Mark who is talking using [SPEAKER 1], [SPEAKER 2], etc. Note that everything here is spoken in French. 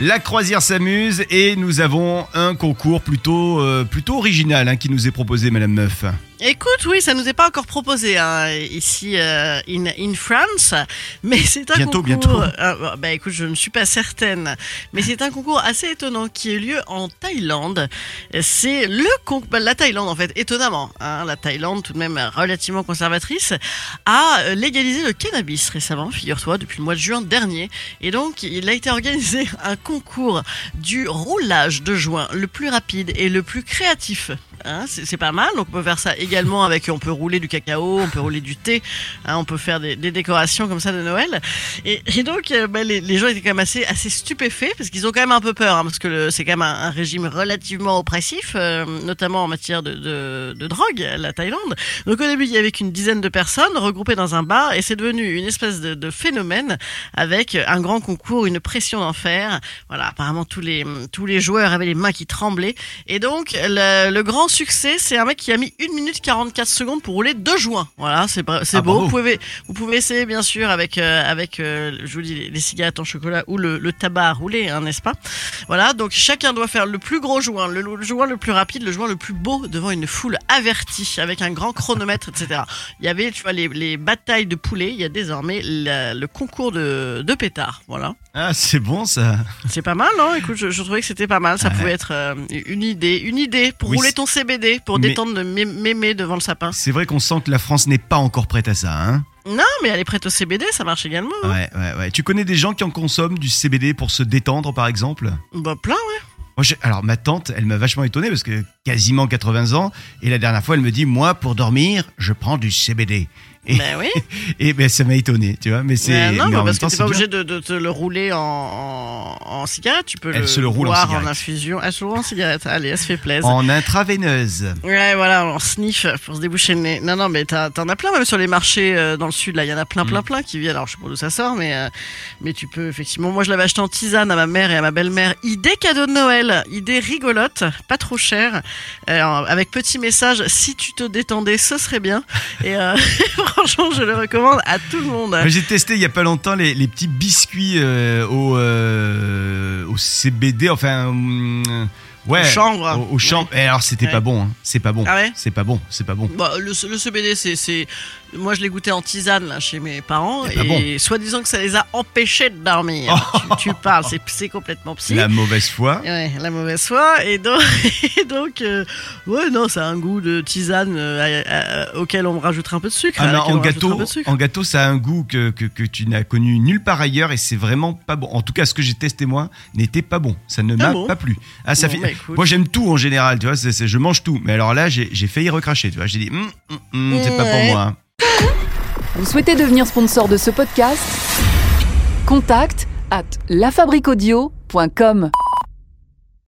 [SPEAKER 1] La croisière s'amuse et nous avons un concours plutôt, euh, plutôt original hein, qui nous est proposé, Madame Meuf.
[SPEAKER 2] Écoute, oui, ça nous est pas encore proposé hein, ici euh, in, in France, mais c'est un
[SPEAKER 1] Bientôt,
[SPEAKER 2] concours.
[SPEAKER 1] bientôt.
[SPEAKER 2] euh, bah écoute, je ne suis pas certaine, mais c'est un concours assez étonnant qui a eu lieu en Thaïlande. C'est le concours, la Thaïlande en fait, étonnamment, hein, la Thaïlande tout de même relativement conservatrice a euh, légalisé le cannabis récemment, figure-toi, depuis le mois de juin dernier, et donc il a été organisé un concours du roulage de joint le plus rapide et le plus créatif. Hein, c'est c'est pas mal. Donc on peut faire ça également avec, on peut rouler du cacao, on peut rouler du thé, hein, on peut faire des, des décorations comme ça de Noël. Et, et donc euh, bah, les, les gens étaient quand même assez, assez stupéfaits parce qu'ils ont quand même un peu peur hein, parce que le- c'est quand même un, un régime relativement oppressif, euh, notamment en matière de, de, de drogue, la Thaïlande. Donc au début il y avait qu'une dizaine de personnes regroupées dans un bar et c'est devenu une espèce de, de phénomène avec un grand concours, une pression d'enfer. Voilà, apparemment tous les tous les joueurs avaient les mains qui tremblaient et donc, le, le grand succès, c'est un mec qui a mis 1 minute 44 secondes pour rouler deux joints. Voilà, c'est bra- c'est
[SPEAKER 1] Ah,
[SPEAKER 2] beau.
[SPEAKER 1] bravo.
[SPEAKER 2] Vous pouvez, vous pouvez essayer, bien sûr, avec, euh, avec euh, je vous dis, les, les cigarettes en chocolat ou le, le tabac à rouler, hein, n'est-ce pas Voilà, donc chacun doit faire le plus gros joint, le, le joint le plus rapide, le joint le plus beau devant une foule avertie, avec un grand chronomètre, etc. Il y avait, tu vois, les, les batailles de poulets, il y a désormais la- le concours de, de pétards. Voilà.
[SPEAKER 1] Ah, c'est bon ça.
[SPEAKER 2] C'est pas mal, non Écoute, je, je trouvais que c'était pas mal. Ça
[SPEAKER 1] Ouais.
[SPEAKER 2] pouvait être euh, une idée, une idée pour
[SPEAKER 1] Oui,
[SPEAKER 2] rouler
[SPEAKER 1] c'est-
[SPEAKER 2] ton CBD, pour
[SPEAKER 1] Mais-
[SPEAKER 2] détendre le mé- mémé devant le sapin.
[SPEAKER 1] C'est vrai qu'on sent que la France n'est pas encore prête à ça. Hein
[SPEAKER 2] Non, mais elle est prête au CBD, ça marche également. hein.
[SPEAKER 1] ouais, ouais, ouais. Tu connais des gens qui en consomment du CBD pour se détendre, par exemple
[SPEAKER 2] Bah plein, ouais.
[SPEAKER 1] Moi, j'ai- Alors, ma tante, elle m'a vachement étonné parce que quasiment 80 ans. Et la dernière fois, elle me dit Moi, pour dormir, je prends du CBD. Et-
[SPEAKER 2] Bah oui.
[SPEAKER 1] Et ben, ça m'a étonné, tu vois. Mais c'est.
[SPEAKER 2] Mais non,
[SPEAKER 1] mais
[SPEAKER 2] mais
[SPEAKER 1] en même
[SPEAKER 2] parce que
[SPEAKER 1] temps,
[SPEAKER 2] t'es
[SPEAKER 1] c'est
[SPEAKER 2] pas
[SPEAKER 1] bien.
[SPEAKER 2] obligé de, de te le rouler en, en, en cigarette. Tu peux
[SPEAKER 1] Elle
[SPEAKER 2] le
[SPEAKER 1] se le roule en
[SPEAKER 2] boire
[SPEAKER 1] cigarette.
[SPEAKER 2] infusion. Elle se roule en cigarette. Allez, elle se fait plaisir.
[SPEAKER 1] En intraveineuse.
[SPEAKER 2] Ouais, voilà, on sniff pour se déboucher le nez. Non, non, mais t'as- t'en as plein, même sur les marchés euh, dans le sud, là, il y en a plein,
[SPEAKER 1] Mm.
[SPEAKER 2] plein, plein qui viennent. Alors, je sais pas d'où ça sort, mais, euh, mais tu peux, effectivement. Moi, je l'avais acheté en tisane à ma mère et à ma belle-mère. Idée cadeau de Noël, idée rigolote, pas trop chère, euh, avec petit message, si tu te détendais, ce serait bien. Et euh, franchement, je le recommande à tout le monde.
[SPEAKER 1] Mais J'ai testé il y a pas longtemps les, les petits biscuits euh, au, euh, au CBD, enfin. hum, ouais.
[SPEAKER 2] Au chanvre.
[SPEAKER 1] Au, au chanvre. Et alors, c'était
[SPEAKER 2] Ouais.
[SPEAKER 1] pas bon. hein. C'est pas bon.
[SPEAKER 2] Ah ouais
[SPEAKER 1] c'est pas bon. C'est pas bon.
[SPEAKER 2] Bah, le, le CBD, c'est, c'est, moi je l'ai goûté en tisane là, chez mes parents
[SPEAKER 1] Eh ben
[SPEAKER 2] et soi-disant que ça les a empêchés de dormir. tu, tu parles, c'est, c'est complètement psy.
[SPEAKER 1] Oh. La mauvaise foi.
[SPEAKER 2] Ouais, la mauvaise foi. Et donc, et donc euh, ouais, non, ça a un goût de tisane euh, à- à- auquel on rajoutera un peu de sucre.
[SPEAKER 1] Ah,
[SPEAKER 2] à
[SPEAKER 1] mais
[SPEAKER 2] laquelle
[SPEAKER 1] en
[SPEAKER 2] on rajoutera un
[SPEAKER 1] gâteau,
[SPEAKER 2] peu de sucre.
[SPEAKER 1] en gâteau, ça a un goût que, que, que tu n'as connu nulle part ailleurs et c'est vraiment pas bon. En tout cas, ce que j'ai testé moi n'était pas bon. Ça ne
[SPEAKER 2] Ah
[SPEAKER 1] m'a
[SPEAKER 2] bon
[SPEAKER 1] pas plu. Ah, ça
[SPEAKER 2] Bon,
[SPEAKER 1] fait-
[SPEAKER 2] bah, écoute.
[SPEAKER 1] Moi, j'aime tout en général, tu vois. c'est- c'est- je mange tout. Mais alors là, j'ai j'ai failli recracher, tu vois. J'ai dit, Hum, hum, hum, c'est pas pour
[SPEAKER 2] Ouais.
[SPEAKER 1] moi. hein.
[SPEAKER 3] Vous souhaitez devenir sponsor de ce podcast Contact à lafabriquaudio.com.